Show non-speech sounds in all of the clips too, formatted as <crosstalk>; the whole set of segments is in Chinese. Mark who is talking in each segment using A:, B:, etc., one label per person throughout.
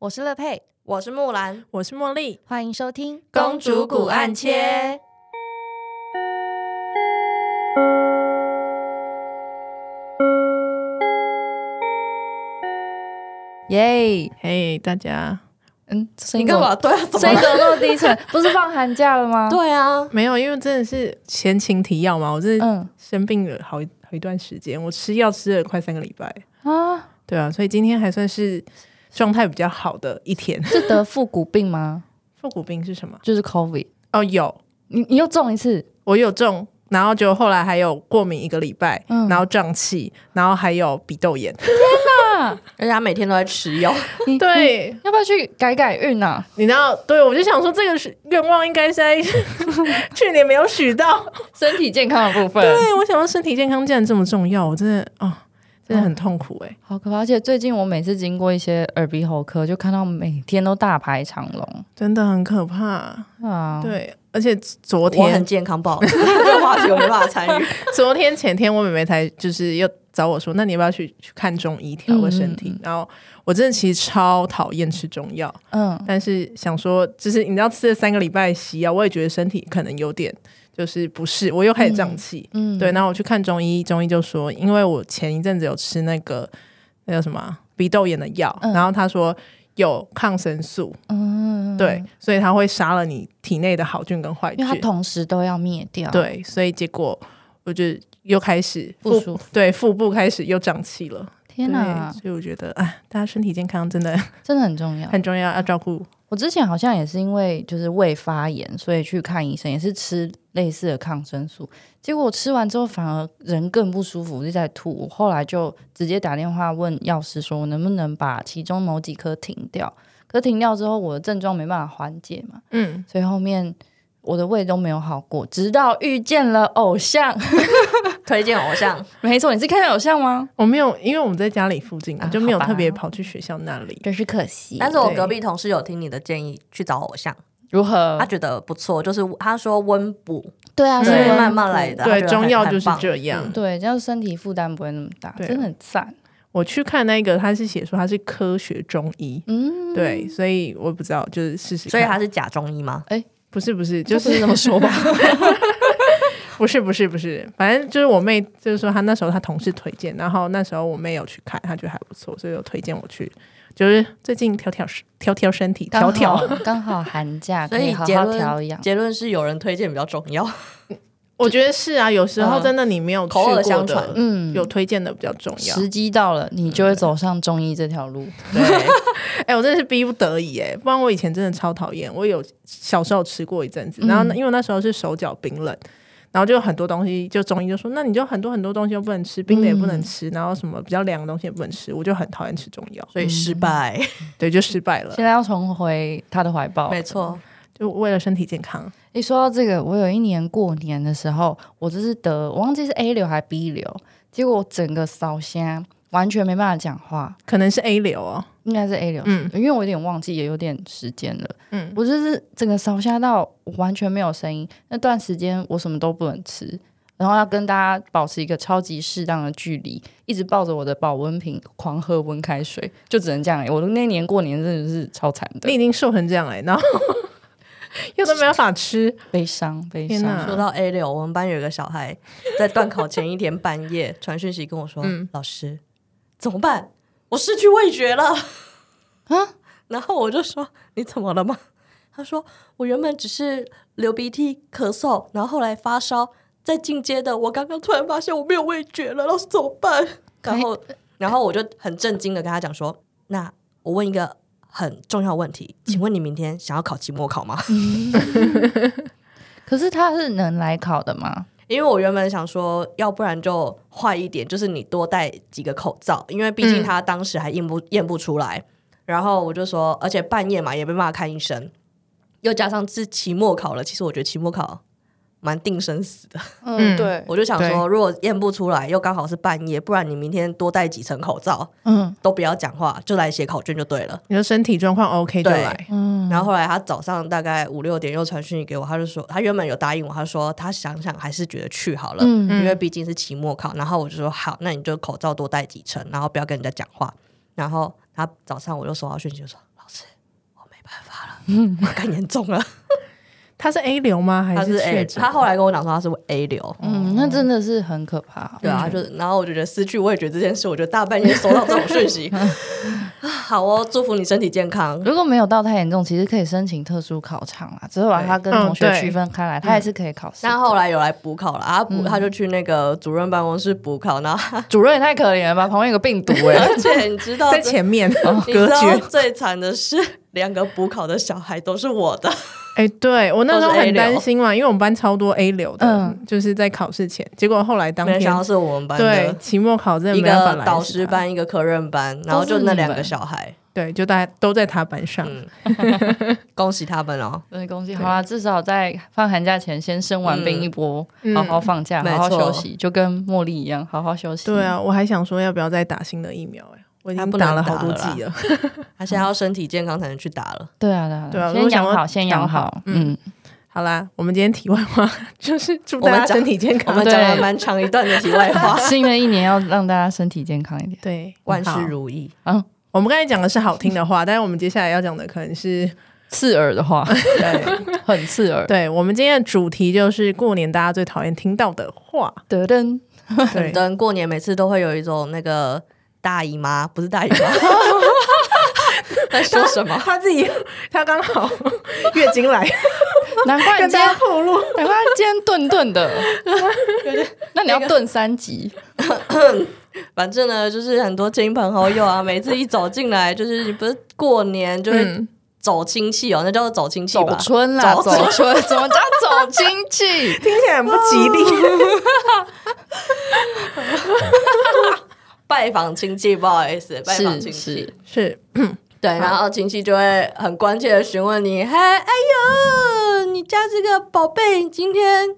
A: 我是乐佩，
B: 我是木兰，
C: 我是茉莉。
A: 欢迎收听《
B: 公主骨暗切》。
A: 耶！
C: 嘿、大家
A: 嗯，这声
B: 你
A: 音
B: 干
A: 怎么
B: 嘛？对啊，怎
A: 声
B: 么
A: 音
B: 了？
A: 怎么那么低沉？不是放寒假了吗？，
B: <laughs> 对啊，
C: 哦没有，因为真的是前情提要嘛，我这
A: 嗯
C: 生病了好一好一段时间，我吃药吃了快三个礼拜，
A: 啊，
C: 对啊，所以今天还算是状态比较好的一天。
A: 是得复古病吗？
C: 复古病是什么？
A: 就是 COVID，
C: 哦，有，
A: 你你又中一次，
C: 我有中，然后就后来还有过敏一个礼拜，
A: 嗯
C: 然后胀气，然后还有鼻窦
B: <laughs>
C: 炎。
B: 而且他每天都在吃药， <laughs>
A: 你
C: 对，
A: 要不要去改改运啊？
C: 你知道，对我就想说，这个是愿望应该是在 <laughs> 去年没有许到。
A: 身体健康的部分，
C: 对，我想到身体健康竟然这么重要，我真的哦，真的
B: 嗯
C: 很痛苦哎、
A: 好可怕！而且最近我每次经过一些耳鼻喉科，就看到每天都大排长龙
C: 真的很可怕。
A: 啊。，
C: 对，而且昨
B: 哦我很
C: 天、
B: 健康，不好意思，这个话题我没办法参与。
C: <laughs> 昨天、前天，我妹妹才就是又找我说，那你要不要去去看中医调个身体？
A: 嗯嗯
C: 然后我真的其实超讨厌吃中药，
B: 哦
A: 嗯，
C: 但是想说，就是你知道吃了三个礼拜的西药，我也觉得身体可能有点就是不适，我又开始胀气。
A: 嗯
C: 对，然后我去看中医，中医就说，因为我前一阵子有吃那个那叫什么啊鼻窦炎的药，
A: 嗯
C: 然后他说有抗生素，
A: 嗯，
C: 对，所以它会杀了你体内的好菌跟坏
A: 因
C: 菌
A: 为它。啊同时都要灭掉。，
C: 对，所以结果我就又开始
A: 不舒服。
C: 对腹部开始又胀气了。
A: 天哪嗯
C: 对，所以我觉得，哎，大家身体健康真的
A: 真的很重要。
C: 很重要，要照顾。
A: 我之前好像也是因为就是胃发炎，所以去看医生，也是吃类似的抗生素。结果我吃完之后反而人更不舒服，就在吐。我后来就直接打电话问药师说，我能不能把其中某几颗停掉？可停掉之后，我的症状没办法缓解嘛，
C: 嗯，
A: 所以后面我的胃都没有好过，直到遇见了偶像。 <laughs>
B: 推荐
C: <laughs>
B: 偶像，
A: 没错，你是看到偶像吗？
C: 我没有，因为我们在家里附近，
A: 啊
C: 我就没有
A: 好吧
C: 特别跑去学校那里。
A: 真是可惜
B: 但是我隔壁同事有听你的建议去找偶像，
A: 如
C: 嗯
A: 何
B: 他？觉得不错，就是他说温补，
A: 啊对啊，
B: 是
C: 对
A: 温
B: 慢慢来
C: 嗯
B: 的，
A: 啊
C: 对，
B: 他觉得
C: 中
B: 很
C: 药
B: 很
C: 就是
B: 棒
C: 这样。
A: 对，这样身体负担不会那么大，
C: 对
A: 真的很赞。
C: 我去看那个，他是写说他是科学中医，
A: 嗯，
C: 对，所以我不知道，就是试试看。
B: 所以他是假中医吗？
C: 不是不是，就
A: 不
C: 是
A: 是这么说吧？
C: <laughs> 不是不是不是，反正就是我妹，就是说她那时候她同事推荐，然后那时候我妹有去看，她觉得还不错，所以有推荐我去。就是最近调调调调
A: <laughs>
C: 身体，调
A: 刚
C: 调。
A: 好刚好寒 <laughs> 假，
B: 所
A: 可
B: 以
A: 以好
B: 结
A: 好
B: 论
A: 调养。
B: 结论是有人推荐比较重要，
C: <laughs> 我觉得是啊，有时候真的你没有去
B: 口耳
C: 过
B: 相传
C: 的，
A: 嗯，
C: 有推荐的比较重要。
A: 时机到了，你就会走上中医这条路。
B: 对，
C: <laughs> 哎、我真的是逼不得已哎、不然我以前真的超讨厌。我有小时候吃过一阵子，
A: 嗯
C: 然后呢因为那时候是手脚冰冷，然后就有很多东西，就中医就说，那你就很多很多东西都不能吃，冰的也
B: 嗯
C: 不能吃，然后什么比较凉的东西也不能吃，我就很讨厌吃中药，
B: 所以失败，
C: 对，就失败了
A: 现。在要重回他的怀
C: 嗯
A: 抱。
B: <laughs> 没错，
C: 就为了身体健康，
A: 一说到这个，我有一年过年的时候，我就是得我忘记是 A 流还是 B 流，结果我整个烧香完全没办法讲话，
C: 可能是 A 流哦，
A: 应该是 A 流，
C: 嗯
A: 因为我有点忘记，也有点时间了。
C: 嗯，
A: 我就是整个烧瞎到我完全没有声音，那段时间我什么都不能吃，然后要跟大家保持一个超级适当的距离，一直抱着我的保温瓶狂喝温开水，就只能这样、欸。我那年过年真的是超惨的
C: 你，已经瘦成这样哎、
B: <laughs>
C: 然后又都没办法吃，
A: 悲伤悲
C: 天哪
A: 伤。
B: 说到 A 六，我们班有一个小孩在断考前一天半夜传讯息跟我说：“老师，怎么办？我失去味觉了。”啊，然后我就说：“你怎么了吗？”他说：“我原本只是流鼻涕、咳嗽，然后后来发烧，再进阶的，我刚刚突然发现我没有味觉了，老师怎么办？”然后，然后我就很震惊的跟他讲说：“那我问一个很重要的问题，请问你明天想要考期末考吗？”
A: 可是他是能来考的吗？
B: 因为我原本想说，要不然就坏一点，就是你多戴几个口罩，因为毕竟他当时还验不验不出来。然后我就说，而且半夜嘛也没办法看医生，又加上是期末考了，其实我觉得期末考蛮定生死的。
C: 嗯对，
B: 我就想说，
C: 对
B: 如果验不出来，又刚好是半夜，不然你明天多戴几层口罩，
A: 嗯
B: 都不要讲话，就来写考卷就对了。
C: 你的身体状况 OK 就
B: 对
C: 来，
A: 嗯，
B: 然后后来他早上大概五六点又传讯息给我，他就说他原本有答应我，他说他想想还是觉得去好了，
A: 嗯
B: 因为毕竟是期末考。然后我就说好，那你就口罩多戴几层，然后不要跟人家讲话。然后他早上我就收到讯息就说老老师，我没办法
C: <laughs>
B: 了，更严重了。
C: 他是 A 流吗？还
B: 他是 A，
C: 确诊？
B: 他后来跟我讲说他是 A 流。
A: 嗯，那真的是很可怕。
B: 对
C: 嗯
B: 啊，就是，然后我就觉得失去味觉这件事，我觉得大半夜收到这种讯
C: <laughs>
B: 息，啊好哦，祝福你身体健康。 <laughs>
A: 如果没有到太严重，其实可以申请特殊考场啦，只是把它跟
C: 嗯
A: 同学
C: 对
A: 区分开来，它还是可以考试。
B: 但后来有来补考了，啊他补、
C: 嗯
B: 他就去那个主任办公室补考，然后
C: <laughs>
B: 他
A: 主任也太可怜了吧，旁边有个病毒哎、
B: 而且你知道
C: 在前面
B: 哦你知
C: 隔
B: 道
C: 绝。
B: 最惨的是，两个补考的小孩都是我的，
C: 哎，对我那时候
B: 都是 A
C: 很
B: 流
C: 担心嘛，因为我们班超多 A 流的
A: 嗯，
C: 就是在考试前，结果后来当
B: 没想到
C: 天
B: 是我们班
C: 对
B: 的
C: 期末考真的
B: 一
C: 没办法
B: 个
C: 来，
B: 导
C: 是
B: 师
C: 他，
B: 班，一个科任班，然后就那
A: 都
B: 两
A: 是你
B: 个
A: 们
B: 小孩，
C: 对，就大家都在他班上。
B: 嗯恭喜他们哦！
A: 真的恭喜！好啦，至少在放寒假前先生完病一波，
C: 嗯
A: 好好放假，
B: 没
A: 好好
B: 错
A: 休息，就跟茉莉一样，好好休息。
C: 对，啊，我还想说要不要再打新的疫苗？哎，我已
B: 他
C: 经
B: 不能
C: 打了好
B: 打
C: 多
B: 了啦
C: 剂了。
B: 他现在要身体健康才能去打
C: <laughs>
B: 了。
A: 对啊，对啊，
C: 对啊如
A: 先
C: 果
A: 养
C: 想要
A: 好，先养
C: 养好
A: 好。嗯，
C: 好啦，我们今天题外话 <laughs> 就是祝
B: 我
C: 大
B: 们
C: 家
B: 讲
C: 身体健
B: 我 <laughs>
C: 康，
B: 们讲了
A: 对，
B: 蛮长一段的题外
C: <laughs>
B: 话
A: 新的一年要让大家身体健康一点。
C: 对，
B: 万事
C: 好
B: 如意。
A: 嗯，
C: 我们刚才讲的是好听的话，但是我们接下来要讲的可能是，
A: 刺耳的话
B: 对，
A: 很刺耳。
C: <laughs> 对我们今天的主题就是过年大家最讨厌听到的话。
B: <laughs>
A: 得噔，
C: 对，
B: 等过年每次都会有一种那个大姨妈，不是大
C: <laughs>
B: 姨妈，在说什么？
C: 他自己 <laughs> 他刚好月经来，
A: 难怪
C: 跟
A: 今
C: 大
A: 天
C: 家透露，
A: 难怪今天顿顿的，那你要顿三级。
B: 反正呢，就是很多亲朋好友啊，每次一走进来，就是不是过年就是
C: 嗯，
B: 走亲戚哦，那叫做走亲戚吧
A: 走。春啦，
B: 走
A: 走春，怎么叫走亲 <laughs> 戚？
C: 听起来很不吉利。
B: 拜访亲戚，不好意思，拜访
A: 是
B: 亲戚。
A: 是，
C: 是，
B: 对，然后亲戚就会很关切的询问你，嘿，哎呦，你家这个宝贝，你今天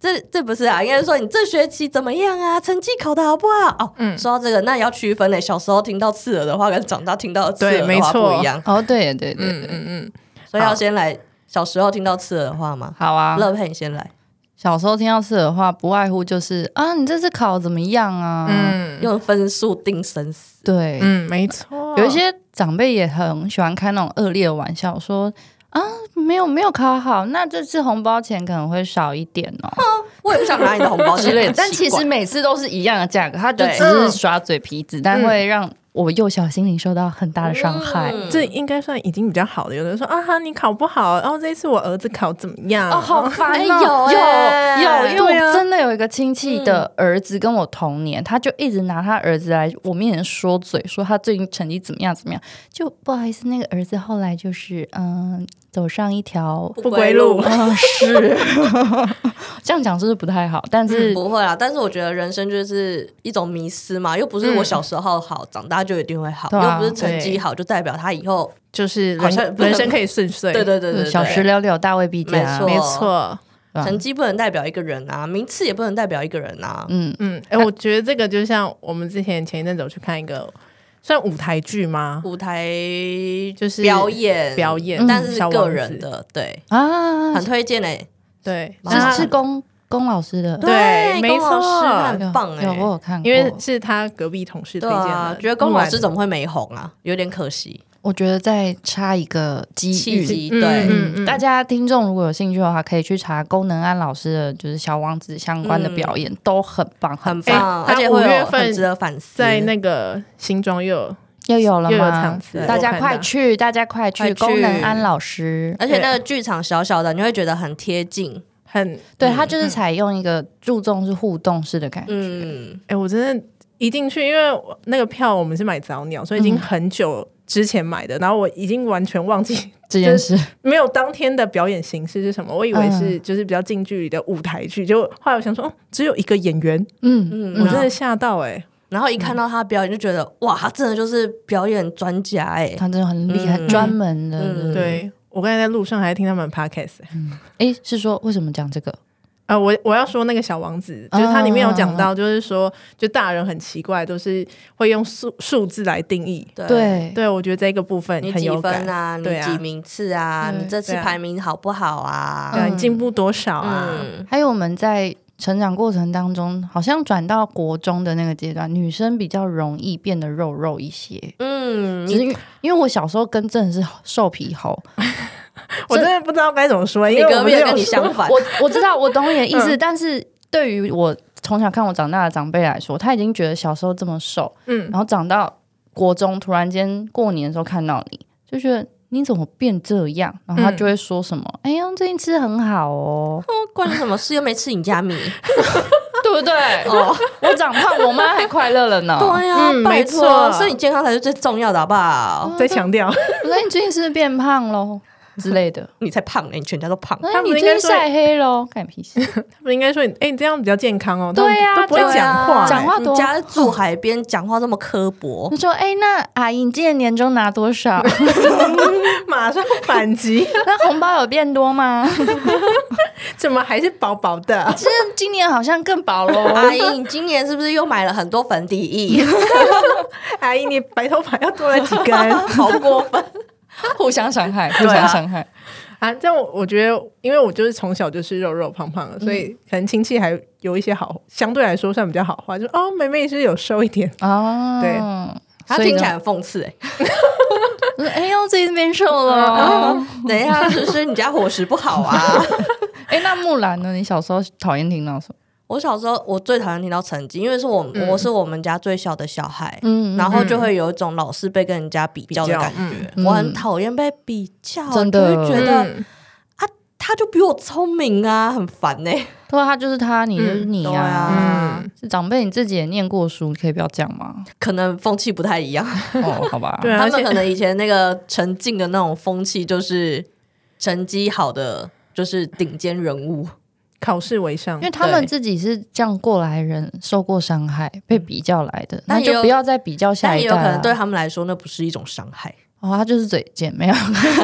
B: 这这不是啊？应该是说你这学期怎么样啊？成绩考得好不好？哦，
C: 嗯
B: 说到这个，那也要区分嘞、小时候听到刺耳的话，跟长大听到的刺
C: 对
B: 耳的
C: 没
B: 话
C: 错
B: 不一样，
A: 哦，对对对
C: 嗯
A: 对，
C: 嗯嗯，
B: 所以要
C: 好
B: 先来小时候听到刺耳的话嘛。
A: 好啊。
B: 乐佩，你先来，
A: 小时候听到刺耳的话，不外乎就是啊，你这次考得怎么样啊？
C: 嗯
B: 用分数定生死。
A: 对，
C: 嗯，没错，
A: 有一些长辈也很喜欢开那种恶劣的玩笑，说啊，没有没有考好，那这次红包钱可能会少一点哦
B: 我也不想拿你的红包
A: 之类的。但
B: 奇
A: 其
B: 怪
A: 实每次都是一样的价格，他就
B: 对
A: 只是耍嘴皮子，但会让我幼小心灵受到很大的伤害。
B: 嗯
C: 这应该算已经比较好的。有的人说啊哈，你考不好，然后这一次我儿子考怎么样？
A: 哦，好烦
B: 哎
A: 哦！
B: 有欸
A: 有有，因为
C: 对啊
A: 我真的有一个亲戚的儿子跟我同年，他就一直拿他儿子来我面前说嘴，说他最近成绩怎么样怎么样。就不好意思，那个儿子后来就是嗯，走上一条 <laughs>
C: 不归路
A: 啊，是这样讲是不是不太好？但是
B: 不会啦，但是我觉得人生就是一种迷失嘛，又不是我
C: 嗯
B: 小时候好，长大就一定会好，
A: 对啊
B: 又不是成绩好就代表他以后，
C: 就是
B: 好像
C: 人
B: 不能
C: 人生可以顺遂，
B: 对对对
C: 嗯
B: 对对，
A: 小时了了，大未必佳，
B: 没错
C: 没错。
A: 对吧
B: 成绩不能代表一个人啊，名次也不能代表一个人啊，
A: 嗯，
C: 嗯，哎、我觉得这个就像我们之前前一阵子我去看一个算舞台剧吗？
B: 舞台
C: 就是
B: 表演嗯
C: 表演，
B: 但是
C: 小
B: 个
C: 王
B: 人
C: 子，嗯
B: 的，对，
A: 啊
B: 很，推荐欸诶，
C: 对，
B: 是
C: 那
A: 是是龚龚老师的，
C: 对没
B: 龚老师
C: 错
B: 很棒
A: 有有我
B: 诶。
A: 有看过，
C: 因为是他隔壁同事推
B: 对
C: 荐的，
B: 啊，觉得龚老师
C: 木兰
B: 怎么会没红啊？有点可惜，
A: 我觉得再插一个机
B: 契
A: 遇，
B: 机
C: 嗯
B: 对，
C: 嗯
A: 嗯，大家听众如果有兴趣的话，可以去查功能安老师的，就是小王子相关的表演，都很棒，
B: 很
A: 棒。
B: 棒，
C: 哎他
B: 而且会
C: 五月
B: 有
C: 份
B: 很值得反思。
C: 在那个新庄又有
A: 又有了
C: 又有
A: 吗
C: 场？次，
A: 大
C: 我
A: 家
C: 看
A: 快
C: 到！
A: 去，大家快
B: 快
A: 去！
B: 去
A: 功能安老师，
B: 而且那个剧场小小的，你会觉得很贴近。
C: 很
A: 对他就是采用一个注重是互动式的感觉，
B: 嗯，
C: 哎、我真的一进去，因为我那个票我们是买早鸟，所以已
A: 嗯
C: 经很久之前买的，然后我已经完全忘记
A: 这件事
C: 没有当天的表演形式是什么，我以为
A: 嗯
C: 是就是比较近距离的舞台剧，就后来我想说，哦，只有一个演员，
A: <laughs> 嗯
C: 我
B: 嗯
C: 真的吓到哎、
B: 然后一看到他表演，就觉得哇，他真的就是表演专家哎、
A: 他真的很厉害，
B: 嗯
A: 专门的。对
B: 嗯
C: 对我刚才在路上还在听他们的 podcast 欸
A: 诶，是说为什么讲这个？
C: 啊、我我要说那个小王子，就是它里面有
A: 啊
C: 讲到，就是说，就大人很奇怪，都是会用数数字来定义。
B: 对，
A: 对，
C: 对，我觉得这个部分
B: 你
C: 很
B: 几
C: 有感
B: 分啊？你
C: 对啊
B: 几名次啊？
A: 对
B: 你这次
C: 对啊嗯
B: 排名好不好啊？
C: 对啊，你进步多少啊？
B: 嗯，
A: 还有我们在成长过程当中，好像转到国中的那个阶段，女生比较容易变得肉肉一些。
B: 嗯，
A: 只是因为因为我小时候跟真的是瘦皮猴，
C: 我真的不知道该怎么说，
B: 你
C: 因为
B: 隔
C: 我
B: 壁
C: 没
B: 的
C: 有
B: 跟你相
A: <laughs>
B: 反，
A: 我我知道我懂你的意思，但是对于我从小看我长大的长辈来说，他已经觉得小时候这么瘦，
C: 嗯，
A: 然后长到国中，突然间过年的时候看到你，就觉得你怎么变这样？然后他就会说什么：“哎呀，最近吃得很好哦，
B: 关你什么事？又没吃你家米。
A: 对不对？
B: 哦，
A: 我长胖，我妈还快乐了呢。
B: <laughs> 对啊呀、
C: 嗯
B: 拜
C: 没
B: 托，
C: 错
B: 身体健康才是最重要的，好不好？
C: 再强
A: <laughs>
C: 调，
A: 我说你最近是不是变胖喽之类的。”
B: 你才胖呢、欸你全家都胖。
A: 哎，
C: 他
A: 你
C: 们
A: 最
C: 应该
A: 近
C: 说
A: 晒黑喽，干你屁事！
C: 他们应该说你，哎，你这样比较健康哦。
A: 对呀
C: 他们都不
A: 对
C: 会
A: 啊
C: 讲话，
A: 讲话
B: 欸你
A: 多
B: 家住海边，讲话这么刻
A: <laughs>
B: 薄
A: 他，说：“哎、那阿姨，你今年年终拿多少？ <laughs>
C: 哎马上反击， <laughs>
A: 那红包有变多吗？ <laughs>
C: 怎么还是薄薄的？ <laughs>
A: 其实今年好像更薄喽。
B: 阿姨，你今年是不是又买了很多粉底液？
C: 阿姨，你白头发要多了
B: <laughs>
C: 几根。
B: 好过分！
A: 互相伤害，互
B: 对
A: 相
B: 啊
A: 伤害。
C: 啊，这样我我觉得，因为我就是从小就是肉肉胖胖的，所
B: 嗯
C: 以可能亲戚还有一些好，相对来说算比较好话，就哦，妹妹是有瘦一点，
A: 哦，
C: 对，
B: 他
A: 所以
B: 听
A: 呢
B: 起来很讽刺哎、
A: 我说哎呦，最近变瘦了哦。
B: 等一下，是不是你家伙食不好啊？
A: 哎、那木兰呢？你小时候讨厌听到什么？
B: 我小时候我最讨厌听到成绩，因为是我、
C: 嗯
B: 我是我们家最小的小孩，
A: 嗯
B: 然后就会有一种老是被跟人家比较的感
C: 比
B: 觉
C: 较，
A: 嗯
B: 我很讨厌被比较，
A: 真的
B: 就会觉
C: 嗯
B: 得、他就比我聪明啊，很烦呢、
A: 对啊，他就是他，你就是你
B: 对
A: 呀、
B: 啊，
C: 嗯
A: 是长辈，你自己也念过书，你可以不要这样吗？
B: <laughs> 可能风气不太一样，
A: 哦，好吧。
C: 对啊，
B: 他
C: 而
B: 们
C: 且
B: 可能以前那个沉浸的那种风气，就是成绩好的就是顶尖人物，
C: 考试为上
A: 因为，他们
B: 对嗯
A: 自己是这样过来人，受过伤害，被比较来的，那
B: 但也有
A: 就不要再比较下
B: 但
A: 一
B: 也
A: 代啊
B: 有可
A: 了
B: 能对他们来说，那不是一种伤害。
A: 哦，他就是嘴贱，没有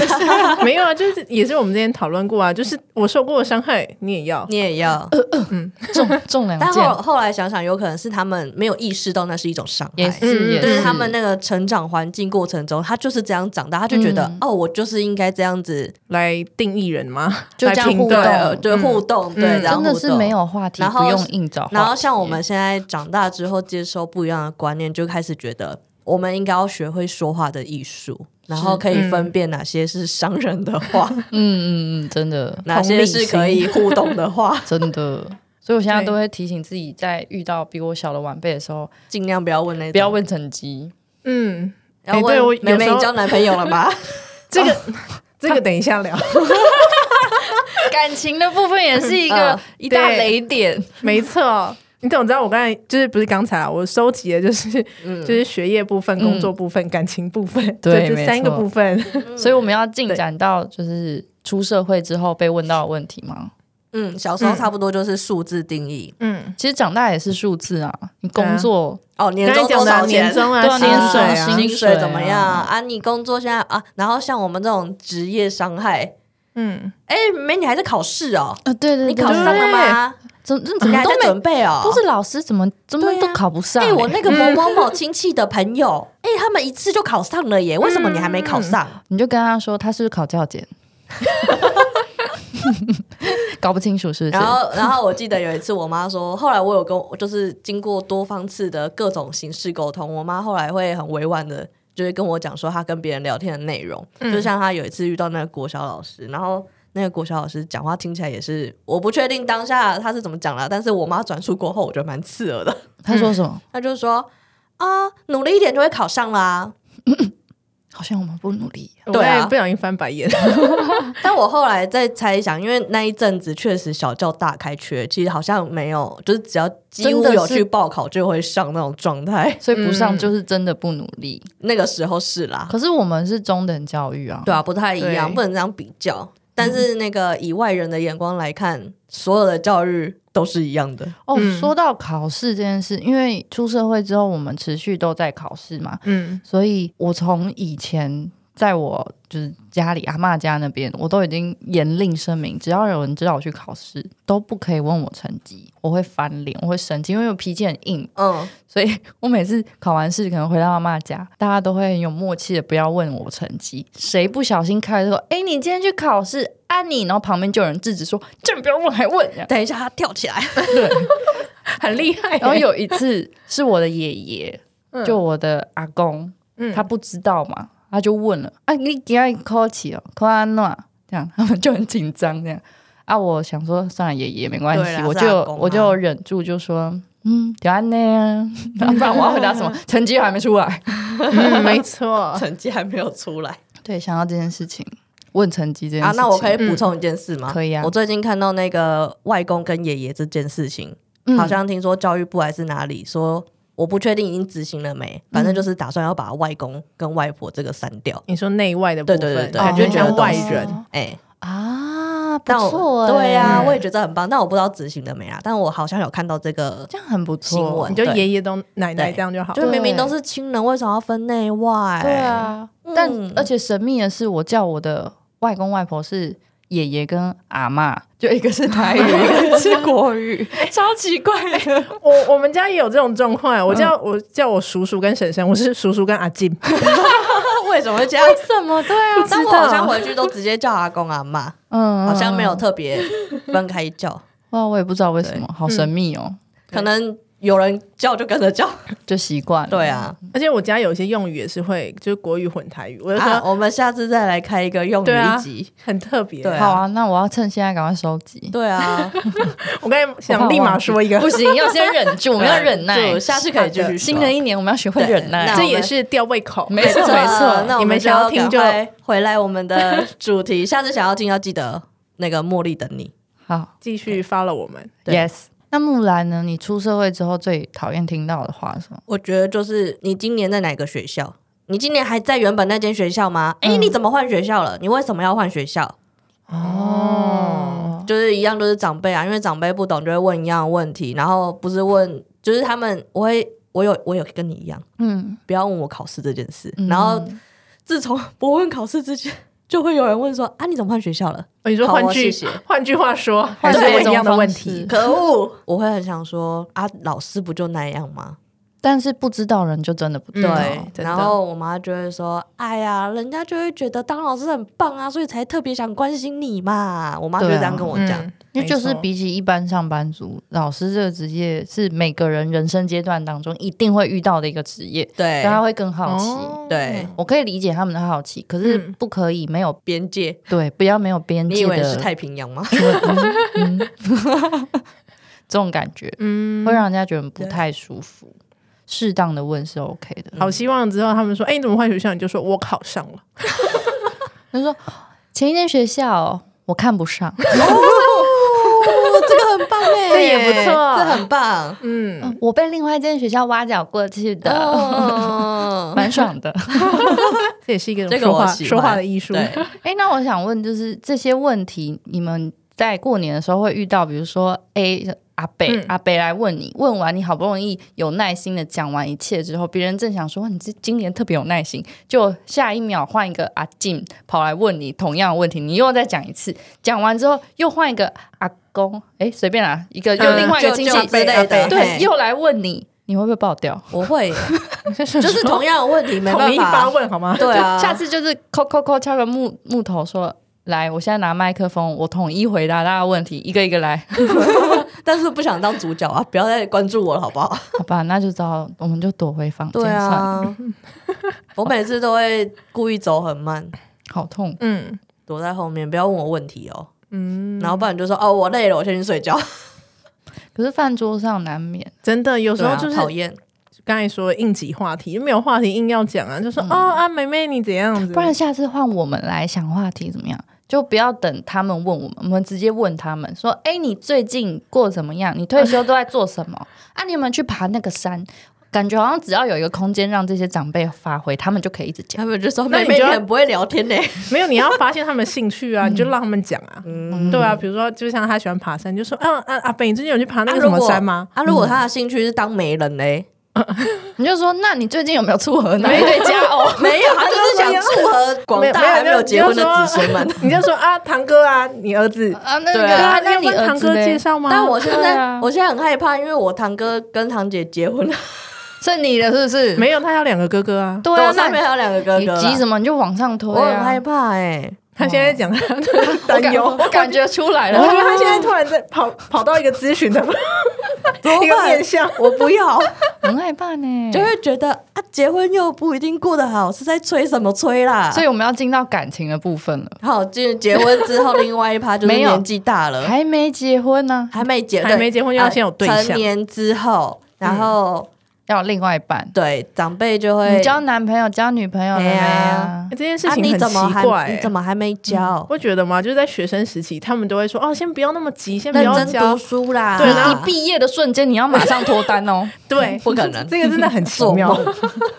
C: <laughs> 没有啊，就是也是我们之前讨论过啊，就是我受过的伤害你也要，
B: 你也要， <laughs>
A: 中中两
B: 但
A: 箭
B: 后，后来想想，有可能是他们没有意识到那是一种伤
A: 也
B: 害。
A: 是
C: 嗯
A: 也
B: 就是
A: 是
B: 他们那个成长环境过程中，他就是这样长大，他就觉得、
A: 嗯
B: 哦，我就是应该这样子，
C: 来定义人吗？
A: 就这样
C: 来评
A: 对
B: 对
A: 互动
C: 断
B: 呃对
C: 嗯
B: 互动，对，
C: 嗯
B: 然后
A: 真的是没
B: 有。
A: 有话题，
B: 然后
A: 不用硬找话题。
B: 然后像我们现在长大之后，接收不一样的观念，就开始觉得我们应该要学会说话的艺术，然后可以分辨哪些是伤人的话，
A: 嗯，嗯嗯嗯，真的
B: <laughs> 哪些是可以互动的话，
A: 真的。所以我现在
C: 对
A: 都会提醒自己，在遇到比我小的晚辈的时候，
B: <laughs> 尽量不要问那种。
A: 不要问成绩。
C: 嗯，
B: 要
C: 哎对我
B: 问
C: 有
B: 妹妹，
C: 时候
B: 你交男朋友了吗？
C: 这个 <laughs> 这个等一下聊，
A: 感情的部分也是一个
B: 嗯
A: 一大
C: 对
A: 雷点。
C: 没错。你怎么知道我刚才就是不是刚才啊？我收集的就是、就是学业部分、工作部分、感情部分，
A: 对
C: 就这三个
A: 没错
C: 部分。
B: 嗯
A: 所以我们要进展到就是出社会之后被问到的问题吗？
B: 嗯，小时候差不多就是数字定义、
C: 嗯，
A: 其实长大也是数字啊，你
C: 对啊
A: 工作
B: 哦，年
C: 刚才
B: 终
C: 讲
B: 多
C: 的啊
B: 少
C: 年
B: 钱？
C: 终
A: 对啊年
C: 啊，
A: 终
C: 水
A: 啊
C: 啊，
B: 薪
A: 水啊
B: 水怎么样啊？你工作现在啊，然后像我们这种职业伤害，
C: 嗯，
B: 哎，妹，你还在考试哦？
A: 啊，对对
B: 你
A: 对
B: 考上
A: 对
B: 了吗？
A: 怎怎怎
B: 你
A: 么
B: 还
A: 都
B: 在
A: 没
B: 准备哦？
A: 都是老师怎么怎么
B: 对啊
A: 都考不上
B: 哎、
A: 欸？
B: 我那个某某某亲戚的朋友，哎、他们一次就考上了耶，为什么你还没考上？
A: 你就跟他说他是不是考教检， <laughs> 搞不清楚是不是？
B: 然后，然后我记得有一次，我妈说，后来我有跟我就是经过多方次的各种形式沟通，我妈后来会很委婉的，就是跟我讲说她跟别人聊天的内容，就像她有一次遇到那个国小老师，然后。那个国小老师讲话听起来也是，我不确定当下他是怎么讲啦，但是我妈转述过后，我觉得蛮刺耳的。
A: 他说什么？
B: 她就说：“啊，努力一点就会考上啦。
A: 好像我们不努力。
C: 我
B: 对啊
C: 也不小心翻白眼，
B: 但我后来再猜想，因为那一阵子确实小教大开缺，其实好像没有，就是只要几
A: 真
B: 乎
A: 的是
B: 有去报考就会上那种状态。 <laughs>
A: 所以不上
C: 嗯
A: 就是真的不努力。
B: 那个时候是啦，
A: 可是我们是中等教育啊，
B: 嗯对啊，不太一样，
C: 对
B: 不能这样比较。但是那个以外人的眼光来看，所有的教育都是一样的。
A: 哦，
C: 嗯
A: 说到考试这件事，因为出社会之后，我们持续都在考试嘛，
C: 嗯
A: 所以我从以前在我就是家里阿嬷家那边，我都已经严令声明，只要有人知道我去考试，都不可以问我成绩，我会翻脸，我会生气，因为我脾气很硬，
B: 嗯，
A: 所以我每次考完试可能回到阿嬷家，大家都会很有默契的不要问我成绩，谁不小心开了说，哎、你今天去考试啊你，然后旁边就有人制止说， <laughs> 这不要问还问，这样
B: <laughs> 等一下他跳起来，
C: 很厉害耶。
A: 然后有一次是我的爷爷，
C: 嗯
A: 就我的阿公，
C: 嗯
A: 他不知道嘛，他就问了啊，你给他考起哦，考安诺这样， <laughs> 他们就很紧张这样。啊，我想说，算了，爷爷没关
B: 对
A: 系，
B: 啦
A: 我
B: 是
A: 就
B: 阿公啊
A: 我就忍住，就说，嗯，就安内啊，
B: <laughs>
A: 然后不然我要回答什么？ <laughs> 成绩还没出来。
C: 嗯，没错，
B: <laughs> 成绩还没有出来
A: 对，想到这件事情，问成绩这件事
B: 啊。
A: 情，
B: 那我可以补充一件事吗？
A: 嗯可以啊
B: 我最近看到那个外公跟爷爷这件事情，
A: 嗯
B: 好像听说教育部还是哪里说，我不确定已经执行了没，
A: 嗯
B: 反正就是打算要把外公跟外婆这个删掉。
C: 你说内外的部分，
B: 对对对对
C: 感觉
B: 哦
C: 像外人。
B: 哎、
A: 啊，不
B: 但我
A: 错欸，
B: 对呀、我也觉得很棒，但我不知道执行了没啦。但我好像有看到这个，
A: 这样很不
B: 新
A: 错
B: 闻，
C: 你就
B: 对
C: 爷爷都奶奶
B: 对
C: 这样就好
B: 就
C: 了。
B: 是明明都是亲人，为什么要分内外？
A: 对，啊，但
B: 嗯
A: 而且神秘的是，我叫我的外公外婆是爷爷跟阿嬷，就一个是台语，一个
B: <laughs>
A: 是国语，超奇怪的。
C: 我我们家也有这种状况，我叫我叫我叔叔跟婶婶，我是叔叔跟阿静，
B: 为什么会这样？
A: 哎什么？对啊
B: 但我好像回去都直接叫阿公阿妈，
A: 嗯
B: 好像没有特别分开叫，
A: <laughs> 哇，我也不知道为什么，好
B: 嗯
A: 神秘哦，
B: 可能有人叫就跟着叫。
A: 就习惯了。
B: 对，啊，
C: 而且我家有些用语也是会就是国语混台语，
A: 嗯
C: 我就
B: 啊，
C: 说
B: 我们下次再来开一个用语
C: 对啊
B: 一集。
C: 很特别。
B: 对啊
A: 好啊，那我要趁现在赶快收集。
B: 对啊，
C: 我刚才想立马说一个
A: 不，行，要先忍住，我们要忍耐
B: 啊就。下次可以继续说。
A: 新的一年我们要学会忍耐
B: 对。
C: 这
B: 那我
C: 也
B: 们
C: 是吊胃口，
A: 没错
B: 真的
A: 没错
B: 呃那我
C: 你们
B: 们
C: 想要
B: 要
C: 听
B: 赶
C: 就
B: 快回来我们的主题， <laughs> 下次想要听要记得那个茉莉等你。
A: 好
C: 继续 follow 我们。
B: 对
A: ，Yes。那木兰呢？你出社会之后最讨厌听到的话是什么？
B: 我觉得就是你今年在哪个学校？你今年还在原本那间学校吗？哎、你怎么换学校了？你为什么要换学校？
A: 哦，
B: 就是一样，就是长辈啊，因为长辈不懂就会问一样的问题，然后不是问，就是他们我会我有我有跟你一样，
A: 嗯，
B: 不要问我考试这件事。然后自从不问考试之前，就会有人问说啊，你怎么换学校了？
C: 哦你说
B: 好
C: 换
B: 啊
C: 句
B: 谢谢
C: 换句话说，还
A: 换
C: 是
A: 别
C: 我一
A: 种
C: 样的
A: 方
C: 问
A: 式
C: 题。
B: 可恶！我会很想说啊，老师不就那样吗？
A: 但是不知道人就真的不知道。
C: 嗯真的
B: 然后我妈就会说：“哎呀，人家就会觉得当老师很棒啊，所以才特别想关心你嘛。”我妈就
A: 对啊
B: 这样跟我讲。
C: 嗯
A: 因为就
C: 没
A: 是
C: 错
A: 比起一般上班族，老师这个职业是每个人人生阶段当中一定会遇到的一个职业，
B: 对
A: 大家会更好奇。
C: 哦
B: 对
A: 我可以理解他们的好奇，可是
C: 嗯
A: 不可以没有、
B: 边界，
A: 对，不要没有边
B: 你
A: 界
B: 以为
A: 的
B: 是太平洋吗？
A: 这种感觉，
C: 嗯
A: 会让人家觉得不太舒服。适当的问是 OK 的。
C: 好希望之后他们说，哎，你怎么换学校？你就说我考上了。
A: 他说前一间学校我看不上，
B: <laughs> 哦， <laughs> 这个很棒哎，
C: 这也不错
B: 这很棒。
C: 嗯，
A: 我被另外一间学校挖角过去
B: 嗯
A: 的，
B: 哦，
A: 蛮爽的。
C: 这也是一个
B: 这个
C: 说
B: 我
C: 话
B: 喜
C: 说话
B: 欢
C: 的艺术。
B: 对，
A: 哎，那我想问，就是这些问题，你们在过年的时候会遇到，比如说 A 阿北、
C: 嗯
A: 阿北来问你，问完你好不容易有耐心的讲完一切之后，别人正想说哇你这今年特别有耐心，就下一秒换一个阿进跑来问你同样的问题，你又再讲一次，讲完之后又换一个阿公，哎，随便啦，一个又
C: 嗯
A: 另外一个
B: 就
A: 亲戚
B: 就之类的
A: 对，
B: 嘿
A: 又来问你，你会不会爆掉？
B: 我会， <laughs>
C: 就
B: 就是同样的问题，没
C: 统
B: 办
C: 一发
B: 法。
C: 问好吗？
B: 对啊，
A: 下次就是扣扣扣敲个木木头说。来，我现在拿麦克风，我统一回答大家的问题，一个一个来。
B: 但是不想当主角啊，不要再关注我了，好不 <laughs> 好？
A: <laughs> 好吧，那就知道，我们就躲回房间
B: 对
A: 算了，
B: 啊，我每次都会故意走很慢，
A: 好痛。
C: 嗯
B: 躲在后面，不要问我问题哦。
C: 嗯，
B: 然后不然就说哦，我累了，我先去睡觉。
A: 可是饭桌上难免，
C: 真的有时候就是
B: 啊讨厌，
C: 刚才说应急话题，没有话题硬要讲啊，就说、哦啊，妹妹你怎样子？
A: 不然下次换我们来想话题怎么样？就不要等他们问我们，我们直接问他们说：“哎，你最近过得怎么样？你退休都在做什么？ <laughs> 啊，你有没有去爬那个山？”感觉好像只要有一个空间让这些长辈发挥，他们就可以一直 <laughs> 讲。
B: 他们就说
C: 那
B: 妹
C: 你
B: 妹你
C: 就要
B: 很不会聊天呢。
C: 没有，你要发现他们兴趣啊，你就让他们讲啊。对啊，比如说，就啊像他喜欢爬山，你就说，嗯、啊，阿北，你最近有去爬那
B: 啊
C: 个什么
B: 如果
C: 山吗？
B: 啊，如果他的兴趣是当媒人嘞，
A: 你就说，那你最近有没有撮合哪一对 <laughs> 哦佳偶？
B: 没有，他就是想祝贺广大还没有结婚的子孙们。
C: <laughs> 你就说啊，堂哥啊，你儿子，
A: 啊，那
B: 对
A: 个
B: 啊
A: 啊，
C: 那
A: 那你儿
C: 堂
A: 子
C: 哥介
A: 嘞？
C: 绍吗？
B: 但我现
A: 对
B: 在、
A: 啊
B: 我现在很害怕，因为我堂哥跟堂姐结婚了，
A: 是你的，是不是？
C: 没有，他有两个哥哥啊。
B: <laughs>
A: 对啊
B: 我，
A: 那
B: 上面还有两个哥
A: 你
B: 哥啦。
A: 急什么？你就往上推
B: 我很害
A: 啊！
B: 怕哎、
C: 他现在讲他的
A: 我
C: 担
A: 感
C: 忧，
A: 我感觉出来
C: 我觉
A: 了。
C: 得他 <laughs> 现在突然在跑跑到一个咨询的
B: 怎么
C: 一个
B: 办
C: 面？向，
B: 我不要，
A: <laughs> 很害怕呢，
B: 就会觉得啊，结婚又不一定过得好，是在催什么催啦？
A: 所以我们要进到感情的部分了。
B: 好，就结婚之后，另外一趴就是
A: 没有
B: 年纪大了，
A: 还没结婚啊呢，
B: 还没结，
C: 还
B: 对
C: 没结婚就要
B: 呃
C: 先有对
B: 成
C: 象
B: 年之后，然后、
A: 要有另外一半。
B: 对长辈就会
A: 嗯你交男朋友、交女朋友了
B: 没
A: 没
B: 啊
A: 啊？
C: 这件事
B: 啊，
C: 情
B: 你
C: 很
B: 怎么还
C: 奇怪、
B: 你怎么还没交？
C: 会觉得吗？就是在学生时期，他们都会说哦，先不要那么急，先不
B: 认
C: 要
B: 真读
C: 交，
B: 书啦！
C: 对然
A: 嗯你
C: 后
A: 一毕业的瞬间，你要马上脱单哦。
B: <laughs>
C: 对，
B: 不可能
C: 这个真的很奇妙。 <laughs>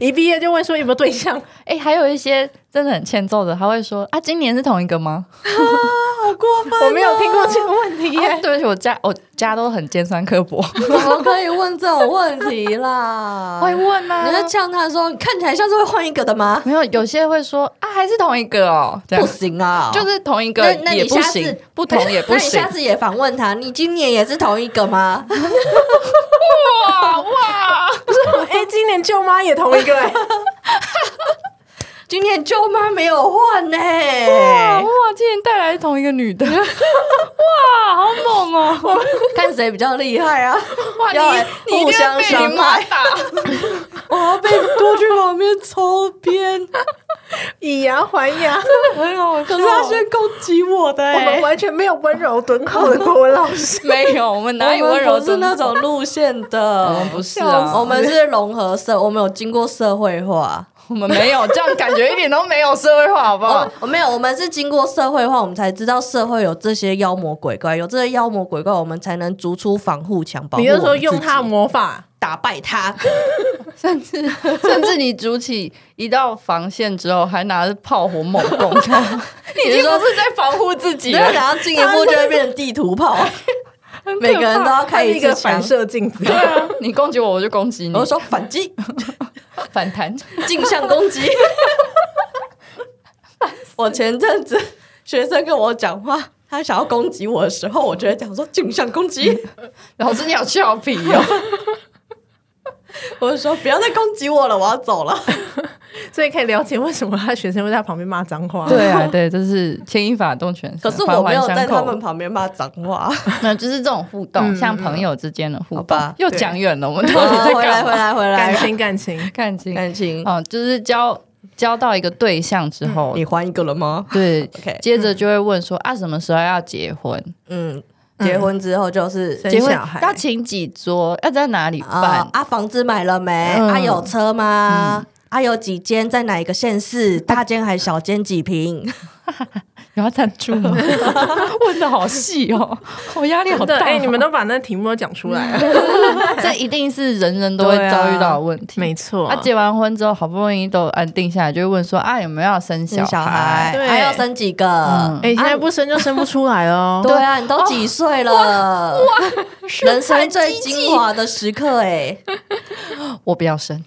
C: 一毕业就问说有没有对象，
A: 哎，还有一些真的很欠揍的，他会说啊，今年是同一个吗？
B: 好过
C: <laughs>
B: 分、
C: 我没有听过这个问题耶。 <laughs>
A: 啊对不起，我家我家都很尖酸刻薄，
B: 怎么可以问这种问题啦？
A: <laughs> 会问啊
B: 你。在呛他说，你看起来像是会换一个的吗？
A: 没有，有些会说啊，还是同一个哦，这样
B: 不行啊，
A: 就是同一个
B: 那那
A: 也
B: 你
A: 不
B: 下
A: 行
B: 次，
A: 不同 <laughs> 也
B: <laughs> 那
A: 不
B: 你
A: 行
B: 下。次也访问他，你今年也是同一个吗？
A: 哇哇，
C: 哎，今年舅妈也同一个哎，
B: 今年舅妈没有换呢、
A: 哇哇！今天带来是同一个女 <laughs> 的，哇，好猛哦！
B: 看谁比较厉害啊！
A: 哇，
B: 要来
A: 你你一
B: 互
A: 定要
B: 相
A: 被
B: 伤
A: 你妈
B: 害
A: 打，。
B: <laughs> 我要被拖去旁边抽鞭，
C: <laughs> 以牙还牙，
B: 很好可是他先攻击我的、
C: 我们
B: 欸，
C: 完全没有温柔敦厚的国文老师
A: <laughs> 没有，我们哪有温柔
B: 我们不是
A: 尊
B: 那
A: 重
B: 种路线
A: 我
B: 的
A: <laughs> 们，不是啊，
B: 我们是融合社，我们有经过社会化。
A: 我们没有，这样感觉一点都没有社会化，好不
B: 我
A: 好 <laughs>
B: 们？我哦没有，我们是经过社会化，我们才知道社会有这些妖魔鬼怪，有这些妖魔鬼怪，我们才能逐出防护墙，保
C: <laughs>
B: 护
C: 你
B: 我
C: 就
B: 们自己。
C: 说用他魔法，
B: 打败他，
A: 甚至甚至你筑起一道防线之后，还拿着炮火猛攻他， <laughs> 你已经不是在防 <laughs> 护自己
B: <laughs> 然后
A: 了。
B: 啊然后进一步就会变成地图炮，每个人都要
C: 他
B: 开
C: 是一
B: 次
C: 个
B: 枪
C: 反。射镜子
A: 对。啊， <laughs> 你攻击我，我就攻击你，
B: 我说反击，
A: 反弹。
B: 镜像攻击。 <laughs> 我前阵子学生跟我讲话，他想要攻击我的时候，我就会讲说镜像攻击，
A: 老师，你好俏皮哦！
B: 我就说不要再攻击我了，我要走了。
C: <laughs> 所以可以了解为什么他学生会在旁边骂脏话。
A: <laughs> 对啊，对，就是牵一发动全身，
B: <laughs> 可是我没有
A: 环环
B: 在
A: 相
B: 他
A: 扣
B: 们，旁边骂脏 <laughs> 话。
A: 那 <laughs> 就是这种互动，
C: 嗯
A: 像朋友之间的互
B: 嗯好
A: 动
B: 吧。
A: 又
C: 对
A: 讲远了，我们到底
B: 好 <laughs>
A: 在
B: 哦回来
A: 干
B: 回
A: 嘛？
B: 来哎回来，
C: 感情感情，
A: 看清
B: 感情，
A: 哦，就是交交到一个对象之后
B: 你，换一个了吗
A: 对，
B: 嗯？OK，
A: 接着就会问说啊，什么时候要结婚？
B: 嗯，结婚之后就是
C: 生
A: 结婚
C: 小孩
A: 要请几桌？要在哪里
B: 啊
A: 办？
B: 啊，房子买了没？
A: 嗯
B: 啊，有车吗？啊，有几间？在哪一个县
A: 啊
B: 市？大间还小间？几平？
A: 有要赞助
B: <laughs>
A: 吗？问的好细哦，我压力好
C: 真的
A: 大。
C: 哎，你们都把那题目都讲出来了，
A: 这一定是人人都会
B: 对啊
A: 遭遇到的问题。
C: <laughs> 没错
A: 啊，。结完婚之后好不容易都安定下来，就会问说啊有没有要生
B: 生小
A: 孩？
B: 孩
C: 对
B: 还要生几个
A: 嗯？
C: 哎，现在不生就生不出
A: <laughs>
C: 来哦。
B: 对啊，你都几岁了？人生最精华的时刻，哎，
A: 我不要 <laughs> 生。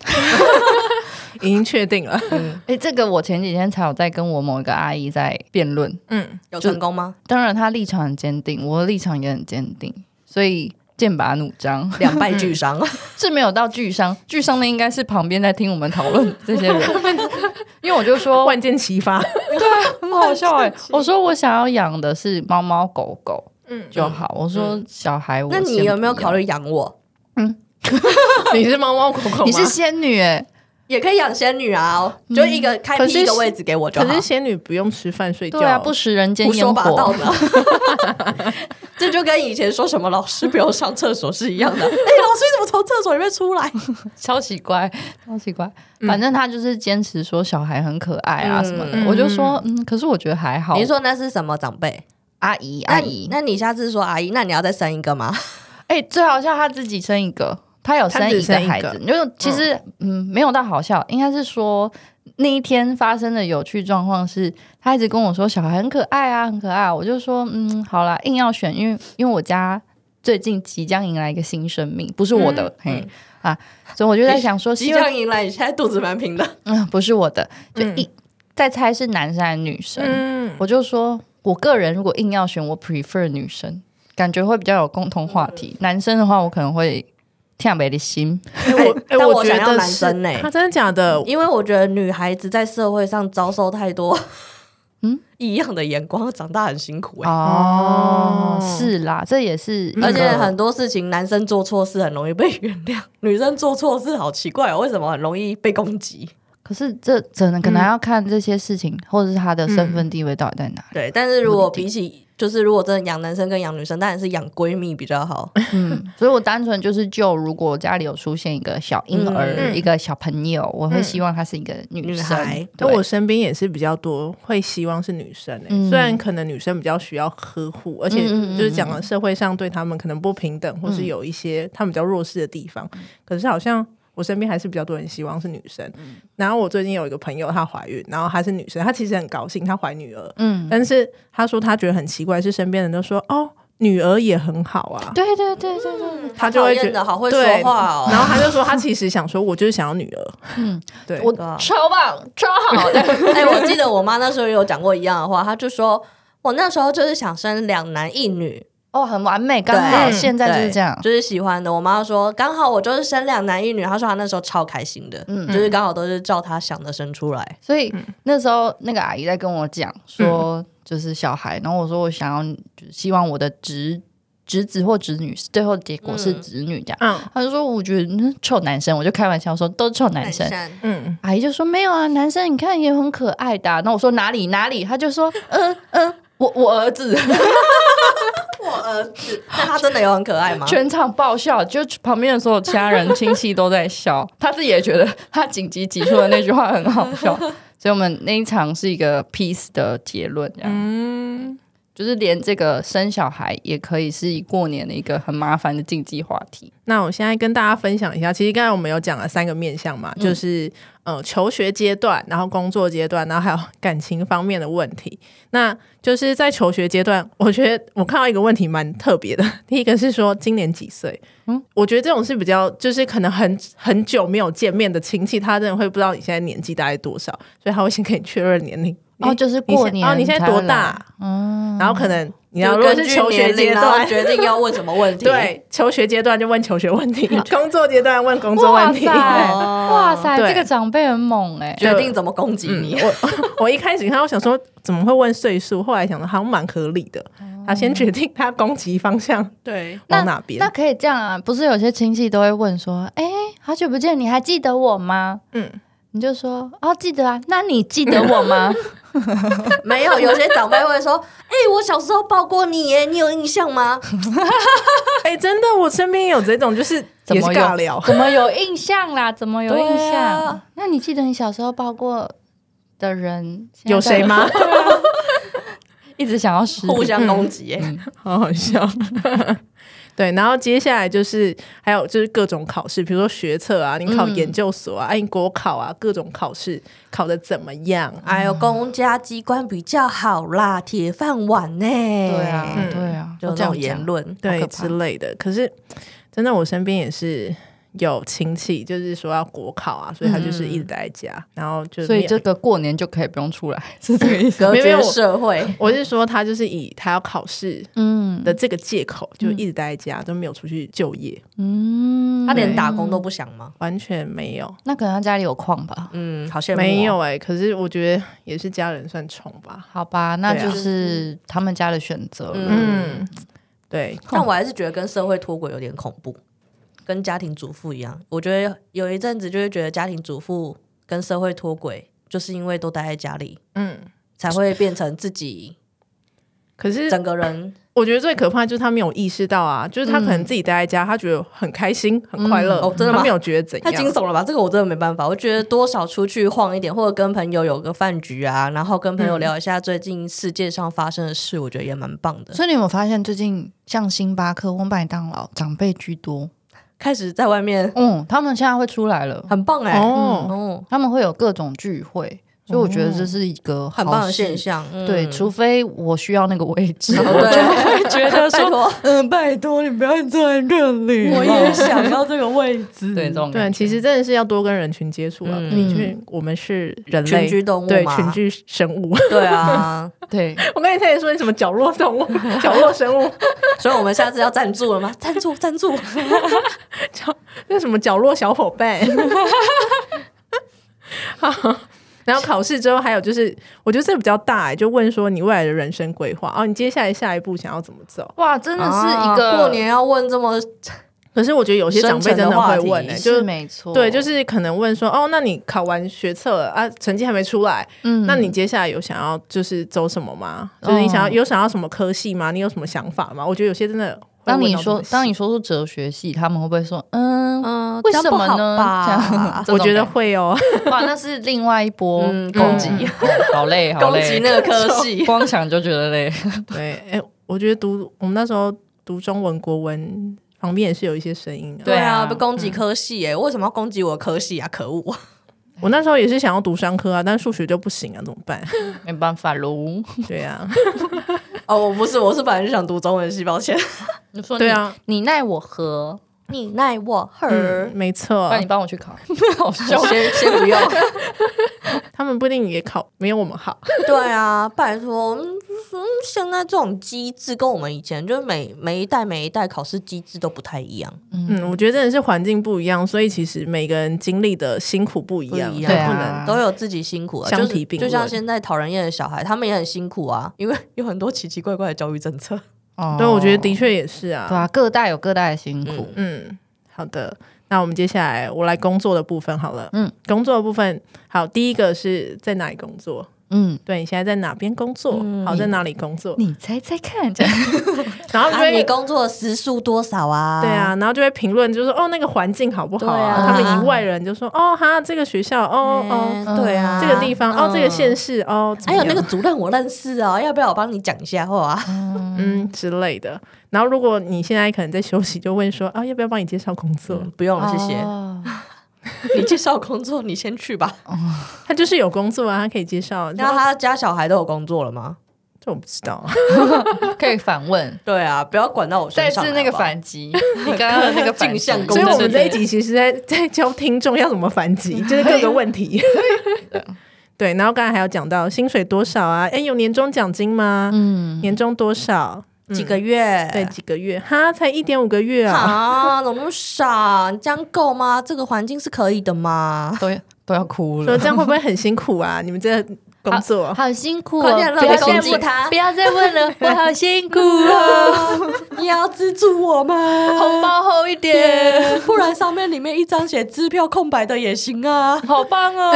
C: 已经确定了。
A: 哎，这个我前几天才有在跟我某一个阿姨在辩论，
C: 嗯，
B: 有成功吗？
A: 当然她立场很坚定，我的立场也很坚定，所以剑拔弩张
B: 两败俱
C: 嗯
B: 伤，
A: <laughs> 是没有到巨伤，巨伤的应该是旁边在听我们讨 <laughs> 论这些人，因为我就说
C: 万箭
A: <laughs>
C: 齐发。
A: 很好笑哎、 <laughs> 我说我想要养的是猫猫狗狗，嗯就好。我说小孩我，
B: 那你有没有考
A: 虑？
B: 虑养我？
C: 你是猫猫狗狗吗
A: 你是仙女哎、
B: 也可以养仙女啊，就一个开
C: 可
B: 辟
C: 是
B: 一个位置给我就
C: 嗯可
B: 好。
C: 是仙女不用吃饭睡觉，
A: 对啊，不食人间
B: 胡说
A: 烟
B: 八道
A: 火。
B: 呢， <laughs> 这就跟以前说什么老师不用上厕所是一样
C: <laughs>
B: 的。哎、老师你怎么从厕所里面出来？
A: 超奇怪， <laughs> 超奇怪。反正他就是坚持说小孩很可爱啊
B: 嗯
A: 什么的，
C: 嗯
A: 我就说嗯，可是我觉得还好。
B: 你说那是什么长辈？
A: 阿姨，
B: 那
A: 阿姨，
B: 那你下次说阿姨，那你要再生一个吗？
A: 哎、最好像他自己生一个，他有
C: 他
A: 生
C: 只
A: 一
C: 生一
A: 个
C: 个
A: 孩子，就是其实嗯没有到好笑，应该是说那一天发生的有趣状况是，他一直跟我说小孩很可爱啊，很可爱啊、我就说嗯好啦，硬要选，因为因为我家最近即将迎来一个新生命，不是我的，嘿。啊，所以我就在想说，
B: 即
A: 希望
B: 将迎来，你现在肚子蛮平的，
A: 嗯，不是我的，就
C: 嗯
A: 一、在猜是男生还是女生。
C: 嗯，
A: 我就说，我个人如果硬要选，我 prefer 女生，感觉会比较有共同
C: 嗯
A: 话题。男生的话，我可能会跳北的心，
C: 哎我哎
B: 但我
C: 觉
B: 想要
C: 得
B: 男
C: 是
B: 生欸呢
C: 啊真的假的？
B: 因为我觉得女孩子在社会上遭受太多
A: 嗯
B: <laughs> 异样的眼光，长大很辛苦哎、
A: 哦，
C: 哦
A: 是啦，这也是
C: 嗯
A: 一
B: 而且
A: 个
B: 很多事情，男生做错事很容易被原谅， <laughs> 女生做错事好奇怪、哦，为什么很容易被攻击？
A: 可是这只能可
C: 嗯
A: 能还要看这些事情，或者是他的身份地位到底在
C: <laughs> 哎
A: 哪里。
B: 对，但是如果比起就是如果真的养男生跟养女生，当然是养闺蜜比较好。
A: 嗯，所以我单纯就是就如果家里有出现一个小婴儿、
C: 嗯
A: 一个小朋友，我会希望她是一个女
B: 女
A: 生。
B: 孩
A: 对，
C: 我身边也是比较多会希望是女生、欸
A: 嗯
C: 虽然可能女生比较需要呵护，而且
A: 嗯嗯嗯嗯
C: 就是讲了社会上对他们可能不平等，或是有一些他们比较弱势的地方，可是好像。我身边还是比较多人希望是女生，
A: 嗯
C: 然后我最近有一个朋友她怀孕，然后她是女生，她其实很高兴，她怀女儿，
A: 嗯，
C: 但是她说她觉得很奇怪，是身边人都说哦，女儿也很好啊，
A: 对对对对对对，
C: <laughs> 她就会
B: 讨
C: 觉
B: 厌
C: 得
B: 的好会
C: 对
B: 说话哦。
C: 然后她就说她其实想说，我就是想要女儿，
A: 啊 <laughs> 嗯，
C: 对，
A: 我
B: 对啊
A: 超棒超好的，
B: <laughs> 哎、我记得我妈那时候也有讲过一样的话，她就说我那时候就是想生两男一女，
A: 哦，很完美，刚好
B: 对
A: 现在就是
B: 对
A: 这样。
B: 就是喜欢的。我妈说刚好我就是生两男一女，她说她那时候超开心的，
A: 嗯
B: 就是刚好都是照她想的生出来。
A: 所以那时候那个阿姨在跟我讲说，就是小孩，然后我说我想要，就是希望我的侄侄子或侄女最后结果是
B: 嗯
A: 侄女这样。
C: 嗯
A: 她就说我觉得嗯臭男生，我就开玩笑说都臭男生。
C: 嗯，
A: 阿姨就说没有啊，男生你看也很可爱的啊、那我说哪里哪里，她就说嗯嗯，我我儿子
B: 我儿子，那他真的有很可爱吗？
A: 全场爆笑，就旁边的所有其他人亲戚都在 <laughs> 笑，她自己也觉得她紧急挤出的那句话很好 <laughs> 笑，所以我们那一场是一个 peace 的结论，这样。
C: 嗯，
A: 就是连这个生小孩也可以是过年的一个很麻烦的禁忌话题。
C: 那我现在跟大家分享一下，其实刚才我们有讲了三个面向嘛，就是呃求学阶段，然后工作阶段，然后还有感情方面的问题。那就是在求学阶段，我觉得我看到一个问题蛮特别的， <laughs> 第一个是说今年几岁？嗯，我觉得这种是比较就是可能很很久没有见面的亲戚，他真的会不知道你现在年纪大概多少，所以他会先给你确认年龄。
A: 哦，
C: 诶
A: 就是
C: 你
A: 过
C: 现
A: 年
C: 哦，你现在多
A: 才来？
C: 大？嗯，然后可能你要
B: 就
C: 如果
B: 根
C: 是
B: 据
C: 求学
B: 年龄
C: 阶
B: 啊然
C: 段
B: 后，决定要问什么
A: <laughs>
B: 问题。
C: 对，求学阶段就问求学问题，工作阶段问工作问题。
A: 哇塞，
B: 哦
A: 哇塞
C: 对
A: 这个长辈很猛哎、
B: 决定怎么攻击
C: 嗯
B: 你。，
C: 我 <laughs> 我一开始看，我想说怎么会问岁数，后来想说好像蛮合理的。他先决定他攻击方向
B: 对，
C: 往哪边
A: 哦那。可以这样啊，不是有些亲戚都会问说：“哎、好久不见，你还记得我吗？”
C: 嗯，
A: 你就说：“哦，记得啊。”那你记得我吗？
B: 没有，有些长辈会说：“哎、我小时候抱过你耶，你有印象吗
C: 哎、真的，我身边有这种，就是
A: 怎
C: 也是
A: 么有。
C: 尬聊
A: <laughs> 怎么有印象啦？怎么有印
B: 对
A: 象？
B: 啊
A: 那你记得你小时候抱过的人现在
C: 有谁吗？
A: 在对啊一直想要？” <laughs> 失嗯
B: 互相攻击耶。
C: <laughs> 好好笑。 <laughs> 对，然后接下来就是还有就是各种考试，比如说学测啊，你考
A: 嗯
C: 研究所啊，哎、你国考啊，各种考试考的怎么样？
B: 哎呦，公家机关比较好啦，铁饭碗呢。
A: 对啊，
C: 嗯
A: 对啊，
B: 就
A: 我
B: 这
A: 这
B: 种
A: 样
B: 言
A: 讲
B: 论，
C: 对
A: 可怕
C: 之类的。可是真的，我身边也是有亲戚，就是说要国考啊，所以他就是
B: 嗯
C: 一直待在家，然后就
A: 所以
C: 没有
A: 这个过年就可以不用出来， <laughs> 是这个意思。
B: 隔
C: 没有
B: 绝
C: 我
B: 社会。
C: 我是说他就是以他要考试
A: 嗯
C: 的这个借口，
B: 嗯
C: 就一直待在家，都没有出去就业，
A: 嗯，
B: 他连打工都不想吗？
C: 完全没有。
A: 那可能他家里有矿吧？
B: 嗯，好羡慕、
C: 没，有哎、可是我觉得也是家人算宠吧。
A: 好吧，那
C: 对啊
A: 就是他们家的选择。
C: 嗯，对，
B: 但我还是觉得跟社会脱轨有点恐怖，跟家庭主妇一样。我觉得有一阵子就会觉得家庭主妇跟社会脱轨，就是因为都待在家里，
C: 嗯。
B: 才会变成自己
C: 可是
B: 整个人。
C: 我觉得最可怕就是他没有意识到啊，就是他可能自己待在家，他觉得很开心、很快乐，
B: 嗯哦真的吗
C: 他没有觉得怎
B: 太
C: 样。
B: 惊悚了吧！这个我真的没办法。我觉得多少出去晃一点，或者跟朋友有个饭局啊，然后跟朋友聊一下最近世界上发生的事，我觉得也蛮棒的。
A: 所以你有没有发现，最近像星巴克或麦当劳长辈居多？
B: 开始在外面
A: 哦嗯，他们现在会出来了，
B: 很棒哎、
C: 哦
B: 哦，
A: 他们会有各种聚会，所以我觉得这是一个
B: 很
A: 好
B: 棒的
A: 事
B: 现象。嗯
A: 对，除非我需要那个位置，
B: 哦
A: 我就
B: 对
A: 会觉得
B: 拜
A: 说，
B: <laughs> 托
A: <laughs> 嗯，拜托你不要在那里，
B: 我也想要这个位置。
A: 对这种
C: 对，
A: 感觉
C: 其实真的是要多跟人群接触啊，
B: 嗯
C: 毕竟我们是人类，
B: 群居动物
C: 对
B: 嘛
C: 群居生物。 <laughs>
B: 对啊，
A: 对，
C: 我刚才差点说你什么角落动物、角落生物、 <laughs>
B: 所以我们下次要赞助了吗？赞助，赞助。
C: 角那什么角落小伙伴。 <laughs> 好，然后考试之后还有就是，我觉得这比较大、欸，就问说你未来的人生规划哦，你接下来下一步想要怎么走？
A: 哇，真的是
B: 啊
A: 一个
B: 过年要问这么
C: 可是我觉得有些长辈真的会问、欸，
B: 深层的话题
C: 就是
A: 没错，
C: 对，就是可能问说哦，那你考完学测了啊，成绩还没出来，
A: 嗯
C: 那你接下来有想要就是走什么吗？就是你想要
A: 哦
C: 有想要什么科系吗？你有什么想法吗？我觉得有些真的会
A: 当
C: 问
A: 你
C: 到这么
A: 说
C: 细，
A: 当你说出哲学系，他们会不会说，嗯，
B: 嗯
A: 为什么呢？这样，
B: 吧
A: 这
C: 我
A: 种
C: 觉得
A: 感 <laughs>
C: 会哦，
A: 哇，那是另外一波
B: 嗯攻击
A: 嗯 <laughs> 好累，好
B: 攻
A: 累，，
B: 击那个科系
A: 光想 <laughs> 就觉得累。
C: 对，哎、我觉得读我们那时候读中文、国文旁边也是有一些声音、啊。
A: 对
B: 对
A: 啊
B: 啊，被攻击科系耶，为什么要攻击我的科系啊？可恶！ <laughs>
C: 我那时候也是想要读商科啊，但数学就不行啊，怎么办？
A: <laughs>
C: <laughs>
A: 没办法喽。
C: 对啊，
A: <laughs>
B: 哦，我不是，我是本来就想读中文系，抱歉。
A: 你说
C: 对，啊，
A: 你奈我何？
B: 你奈我
C: 嗯
A: <laughs>
B: 何，？
C: 没错
A: 那，你帮我去考，好笑。
B: 先先
A: <laughs>
B: 不用。
C: 他们不一定也考没有我们好。
B: 对啊，拜托，嗯，嗯现在这种机制跟我们以前就是每每一代每一代考试机制都不太一样。
C: 嗯，我觉得真的是环境不一样，所以其实每个人经历的辛苦不一
B: 不
C: 样，
B: 一
A: 对啊
B: 样，
C: 不能
B: 都有自己辛苦啊，
C: 相
B: 就是
C: 提并
B: 就
C: 论
B: 像现在讨人厌的小孩，他们也很辛苦啊，因为有很多奇奇怪怪的教育政策。
A: 哦
C: 对，我觉得的确也是啊。
A: 对啊，各代有各代的辛苦。
C: 嗯，好的。那我们接下来我来工作的部分好了。
A: 嗯，
C: 工作的部分，好，第一个是在哪里工作？
A: 嗯，
C: 对你现在在哪边工作？好，在哪里工作？
A: 你猜猜看，这样
C: 然后就
B: 啊，
C: 会、
B: 你工作的时数多少啊？
C: 对啊，然后就会评论，就说哦，那个环境好不好
B: 对啊
C: 他们以外人就说哦哈，这个学校哦
B: 嗯，
C: 哦，
B: 对啊，
C: 这个地方、哦，这个县
B: 市，
C: 市哦，怎
B: 还
C: 么
B: 有
C: 样
B: 那个主任我认识哦，要不要我帮你讲一下话啊？ <laughs>
C: 嗯之类的。然后如果你现在可能在休息，就问说啊，要不要帮你介绍工作？
B: 不用了，谢谢。
A: 哦
B: <laughs> 你介绍工作，你先去吧。
C: 他就是有工作啊，他可以介绍。
B: 那他家小孩都有工作了吗？
C: 这我不知道，
A: 可以反问，
B: 对啊，不要管到我
A: 再
B: 身上。
A: 次那个
B: 好不好，
A: 反击，你刚刚的那个反击
B: 镜像
C: 所
B: 攻击
C: 以我们
B: 对
C: 这一集其实在在教听众要怎么反 <laughs> 击，就是各个问题。 <laughs> 对，然后刚才还有讲到薪水多少啊？哎，有年终奖金吗？
A: 嗯，
C: 年终多少？嗯
B: 几个月？
C: 对，几个月？哈，才一点五个月啊！
B: <laughs> 啊，怎么那么傻？你这样够吗？这个环境是可以的吗？
A: 都要都要哭
C: 说
A: 了
C: 这。样会不会很辛苦啊？ <laughs> 你们这工作？
A: 好辛苦
B: 快
A: 哦！
B: 点了
A: 不要
B: 别攻
A: 再
B: 击
A: 问
B: 他
A: 不要再问了， <laughs> 我好辛
B: <laughs>
A: 苦哦！
B: 你也要资助我们，
A: 红包厚一点，
B: 不然上面里面一张写支票空白的也行啊。
A: <laughs> 好棒哦！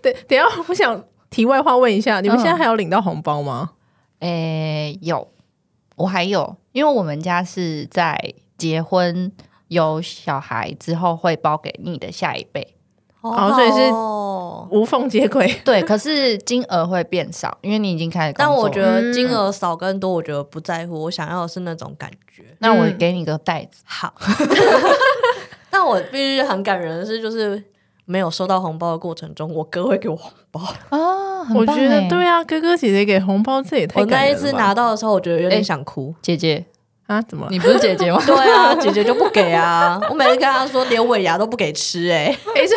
C: 对，等一下我想题外话问一下，你们
A: 嗯
C: 现在还有领到红包吗？
A: 诶，有，我还有，因为我们家是在结婚有小孩之后会包给你的下一辈，
B: 好
C: 所以是
B: 哦
C: 无缝接轨。
A: 对，可是金额会变少，因为你已经开始工
B: 但
A: 作了。
B: 我觉得金
C: 嗯
B: 额少跟多，我觉得不在乎。我想要的是那种感觉。
A: 那我给你个袋子，
B: 好， <laughs> 但我必须很感人的是，就是没有收到红包的过程中，我哥会给我红包。
A: 哦，很
C: 我
A: 棒
C: 觉得
A: 欸
C: 对啊，哥哥姐姐给红包，这也太
B: 我那
C: 感
B: 一
C: 人了
B: 次
C: 吧
B: 拿到的时候，我觉得有
A: 哎
B: 点想哭。？
A: <laughs> 姐姐，
C: 啊，怎么了？
A: 你不是姐 <laughs> 姐吗
B: 对啊，姐姐就不给啊！我每次跟她说，连尾牙都不给吃、哎，
C: <laughs> 哎，就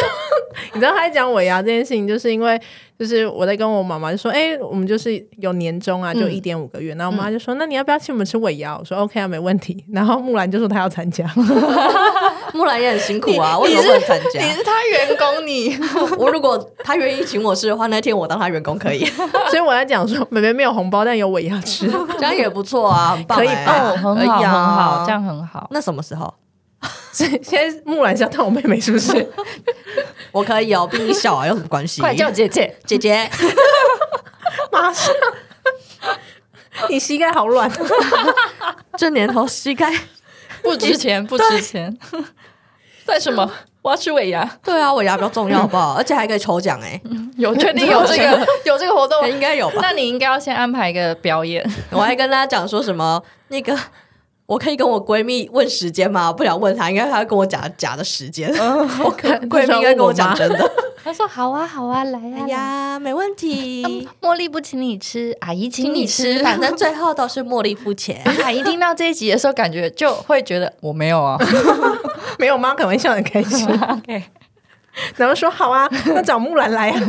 C: 你知道他在讲尾牙这件事情，就是因为就是我在跟我妈妈就说，哎、我们就是有年终啊，就一点五个月。然后我妈就说，那你要不要请我们吃尾牙？我说 OK 啊，没问题。然后木兰就说她要参加， <laughs>
B: 木兰也很辛苦啊，为什么不能参加？
A: 是他员工，你
B: 我如果她愿意请我吃的话，那天我当她员工可以，
C: 所以我在讲说，妹妹没有红包，但有尾牙吃。 <laughs>
A: <laughs>
B: 这样也不错啊，很棒、
C: 可以
B: 哎
A: 哦，很好，
B: 可以
A: 很
B: 啊
A: 好，这样很好。
B: 那什么时候？
C: 所以现在木兰是要当我妹妹是 <laughs> 不是？
B: 我可以哦，比你小啊，有什么关系？
A: 快叫姐姐，<laughs>
B: 姐姐，
C: 马上，啊 <laughs> 你膝盖好软。 <laughs>
B: 这年头膝
A: <laughs>
B: 盖……
A: <laughs> 不值钱，不值钱， <laughs> 算什么？我要吃尾牙，
B: 对啊，尾牙比较重要，好不好？而且还可以抽奖、哎、
A: 有确定有这个有这个活动 <laughs>
B: 应该有吧？
A: 那你应该要先安排一个表演，
B: 我还跟大家讲说什么那个。我可以跟我闺蜜问时间吗？我不想问她，应该她跟我讲假的时间。
A: 嗯
B: <laughs> 我跟闺蜜应该跟我讲真的。
A: 他说好啊，好啊，来呀、
B: 哎
A: 啊，来
B: 呀，没问题
A: 嗯，茉莉不请你吃，阿姨请你
B: <laughs>
A: 吃。<laughs>
B: 反正最后都是茉莉付钱。
A: 阿姨听到这一集的时候，感觉就会觉得我没有啊。
C: 没有，妈可能会笑得很开心，
A: OK，
C: 然后说好啊，那找木兰来啊，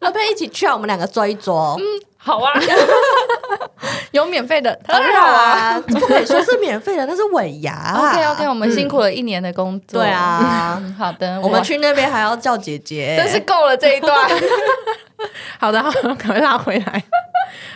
B: 要不要一起去啊？我们两个坐一桌。
A: <laughs> 好啊， <laughs> 有免费的， <laughs> 当
B: 当
A: 然好啊。
B: <laughs> 然，不可以说是免费的，那是尾牙。
A: OK OK，我们辛苦了一年的工作。
B: 对，啊，
A: <laughs> 嗯，好的，
B: 我们
A: 哇，
B: 去那边还要叫姐姐，
A: 真是够了这一 <laughs> 段。
C: 好 <laughs> 的，好，赶快拉回来。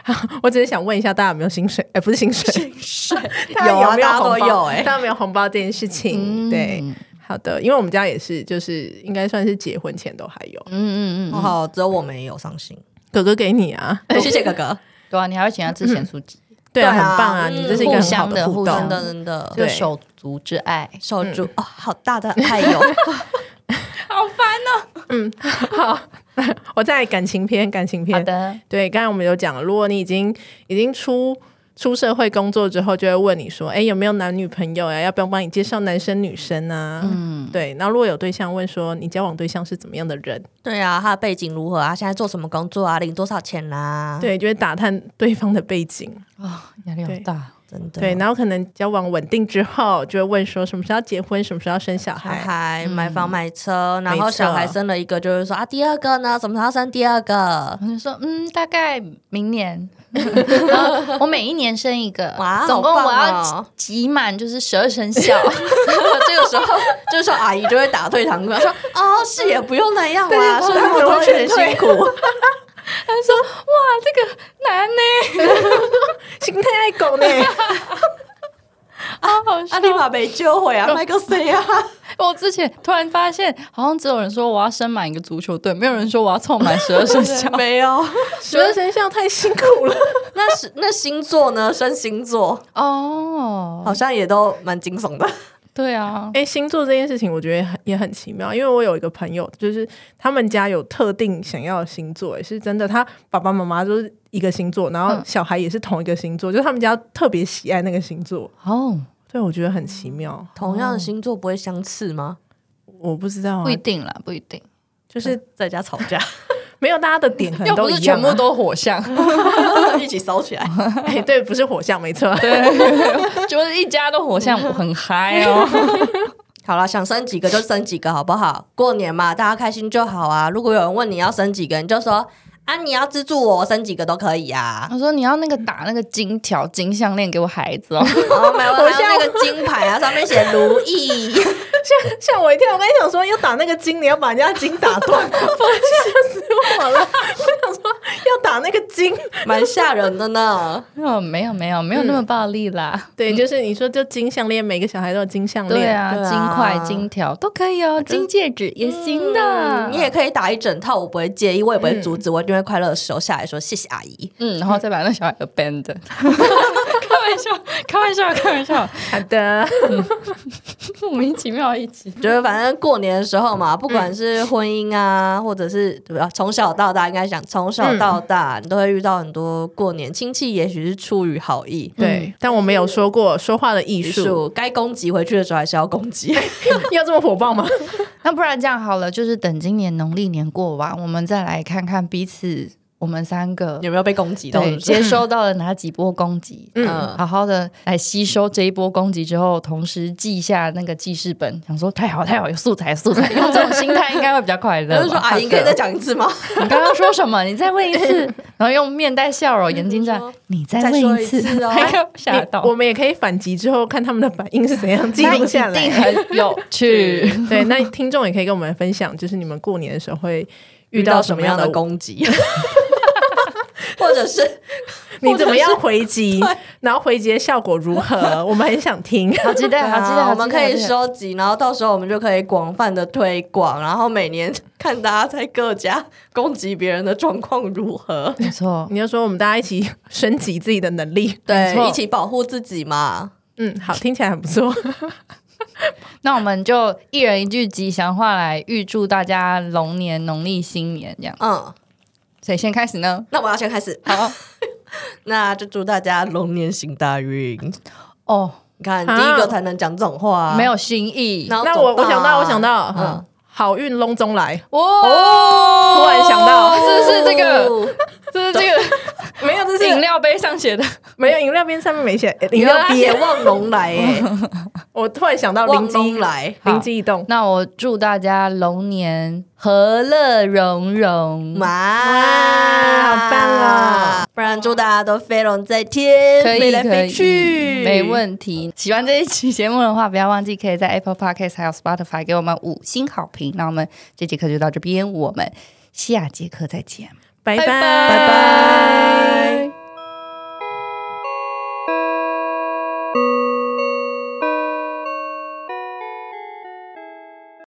C: 好，我只是想问一下，大家有没有薪水？哎、不是薪 <laughs> 水，
B: 是
C: 大
B: <laughs> 有
C: 家
B: 啊，
C: 没有
B: 大家都
C: 红包
B: 有哎。
C: 大家有没有红包这件事情，
A: 嗯
C: 对。好的，因为我们家也是，就是应该算是结婚前都还有。
A: 嗯嗯嗯，
B: 哦，只有我没有伤心，
C: 哥哥给你啊，
B: <laughs> 谢谢哥哥，
A: 对啊，你还会请他吃咸酥鸡，
C: 对啊，
B: 哎对啊
C: 很棒啊，
B: 嗯
C: 你这是一个很好
A: 互
C: 互
A: 相的
C: 动
B: 真。的真的
A: 就
C: 对
A: 手足之爱。
B: 守住哦，好大的爱哟！ <laughs>
C: 我在感情篇，感情
A: 好
C: 篇，
A: 的，
C: 对，刚才我们有讲了，如果你已经已经出出社会工作之后，就会问你说，哎，有没有男女朋友呀、啊要不要帮你介绍男生女生啊？嗯，对。然后如果有对象问说，你交往对象是怎么样的人？
B: 对啊，他的背景如何啊？现在做什么工作啊？领多少钱啊啦？，
C: 对，就会打探对方的背景。
A: 压力好
C: 对
A: 大。
B: 真的。
C: 对，然后可能交往稳定之后，就会问说什么时候要结婚，什么时候要生小
B: 小
C: 孩。
B: 孩买房买车，然
C: 没
B: 后
C: 错
B: 小孩生了一个，就是说啊，第二个呢，什么时候生第二个？
A: 我就说，嗯，大概明
C: <laughs>
A: 年，然后我每一年生一个，
B: 哇
A: 总共
B: 好棒
A: 我要
B: 哦
A: 集满就是十二生
C: <laughs>
A: 肖。
B: 这个时候，这时候阿姨就会打退堂鼓， <laughs> 说哦，是也不用那样啦，
C: 对
B: 生那么多人辛苦。
A: 他说，哇，这个难呢、
C: 心太爱狗呢？
A: 好好笑
B: 啊，。立马被救回啊，卖个谁啊？。
A: 我之前突然发现，好像只有人说我要生满一个足球队，没有人说我要凑满十二生肖
B: 没有。
C: 十二生肖太辛苦了。
B: <laughs> 那是那星座呢？生星座
A: <laughs> 哦，
B: 好像也都蛮惊悚的。
A: 对啊，
C: 哎、星座这件事情，我觉得很也很奇妙，因为我有一个朋友，就是他们家有特定想要的星座，也是真的，他爸爸妈妈都是一个星座，然后小孩也是同一个星座，就是他们家特别喜爱那个星座。
A: 哦，
C: 对，我觉得很奇妙，
B: <laughs> 同样的星座不会相似吗？
C: 我不知道、啊
A: 不一，定啦，不一定，
C: 就是
B: 在家吵架，
C: 没有大家的点可能
A: 又
C: 都
A: 不
C: 一
A: 是
C: 样、啊，
A: 全部都火象，
B: <laughs>
C: <laughs>
A: <laughs>
B: 一起烧起来。
C: 哎、对，不是火象，没错。
A: 就是一家都火象，我很嗨哦。
B: <laughs>
C: <laughs>
B: 好了，想生几个就生几个，好不好？过年嘛，大家开心就好啊。如果有人问你要生几个，你就说啊，你要资助我生几个都可以 <laughs> 啊。
A: 他说你要那个打那个金条、金项链给我孩子哦。
B: 哦，没有，
C: 我
B: 我
C: 现在
B: 像那个金牌啊，上面写如意，
C: 吓 <laughs> 吓我一跳！我跟你讲说，要打那个筋，你要把人家筋打 <laughs> 断，吓死我了！我想说要打那个筋，
B: <laughs> 蛮吓人的呢。
A: 哦，没有没有没有那么暴力啦。
C: <laughs> 对，就是你说就金项链，每个小孩都有金项链，
A: 对啊，
B: 对啊
A: 金块、金条都可以哦，金戒指也行的。
B: 嗯你也可以打一整套，我不会介意，我也不会阻止，我一定会快乐的手下来说谢谢阿姨。
A: 嗯，然后再把那小孩 <laughs> abandon。开玩笑，开玩笑，开玩笑，
C: 好的，
A: 莫名其妙一起。
B: 就是反正过年的时候嘛，不管是婚姻啊，或者是对吧，从小到大应该讲，从小到大、你都会遇到很多过年亲戚，也许是出于好意，
C: 对。但我们有说过说话的嗯艺
B: 于
C: 术，
B: 是该攻击回去的时候还是要攻击。
C: <laughs> 要这么火爆吗？
A: 那不然这样好了，就是等今年农历年过完，我们再来看看彼此，我们三个
B: 有没有被攻击到？是
A: 对
B: 不是
A: 接收到了哪几波攻击，呃
B: 嗯，
A: 好好的来吸收这一波攻击之后，同时记下那个记事本，想说太好太好，有素材有素
B: <laughs>
A: 材，用这种心态应该会比较快乐
B: 我
A: 吧。
B: 就说啊阿姨，可以再讲一次吗？
A: <laughs> 你刚刚说什么？你再问一
B: <laughs>
A: 次，然后用面带笑容，眼睛这
B: 就
A: 样
B: 说，
A: 你再
B: 再
A: 问
B: 说
A: 一
B: 一
A: 次
B: 次，
A: <laughs>
B: 哦
A: 还有吓到
C: 你我，们也可以反击之后看他们的反应是怎样，记
A: 那
C: 录下
A: 一定 <laughs>
C: 来。
A: 很有
B: <laughs>
A: 趣。
C: 对，那听众也可以跟我们分享，就是你们过年的时候会遇
B: 遇
C: 到
B: 到
C: 什
B: 什
C: 么
B: 么
C: 样
B: 样
C: 的
B: 的攻击？ <laughs> 或者是
C: 你怎么样回击，然后回击的效果如何？我们很想听。
A: 好期待，好期待，
B: 啊
A: 好
B: 我们
A: 期待
B: 可以。
A: 好期待
B: 收集，然后到时候我们就可以广泛的推广，然后每年看大家在各家攻击别人的状况如何，
A: 没错，
C: 你就说我们大家一起升级自己的能力。
A: 没错
B: 一起保护自己嘛。
C: 嗯，好，听起来很不错。
A: 那我们就一人一句吉祥话来预祝大家龙年农历新年这样。
B: 嗯，
A: 谁先开始
B: <laughs>
A: 呢？
B: 那我要先开始，
A: 好
B: 那就祝大家龙年行大运。
A: 哦，
B: 你看，
C: 啊
B: 第一个才能讲这种话、啊，
A: 没，有新意。
B: 然后
C: 那
B: 走
C: 我
B: 大
C: 我想到，我想到，
B: 嗯
C: 嗯，好运隆中来，
A: 哦，
C: 突然想到
A: 是不是这个？ <laughs> 是不是这
C: 没有，这
A: 个饮
C: 是
A: 料杯上写的？
C: 没有饮料边上面 <laughs> 没写
B: 你
C: 饮料
B: 要
C: 边，
B: 别望龙来、哎，
C: 我突然想到
B: 望
C: 灵机
B: 龙来，
A: 好
C: 灵机一动，
A: <laughs> 那我祝大家龙年和乐融融，
B: 哇，
C: 好棒哦！
B: 不然祝大家都飞龙在天，
A: 可
B: 飞
A: 以
B: 来
A: 可
B: 飞
A: 以
B: 去，
A: 没问题。喜欢这一期节目的话，不要忘记可以在 Apple Podcast 还有 Spotify 给我们五星好评。那我们这节课就到这边，我们下节课再见。
C: 拜
A: 拜
C: 拜
A: 拜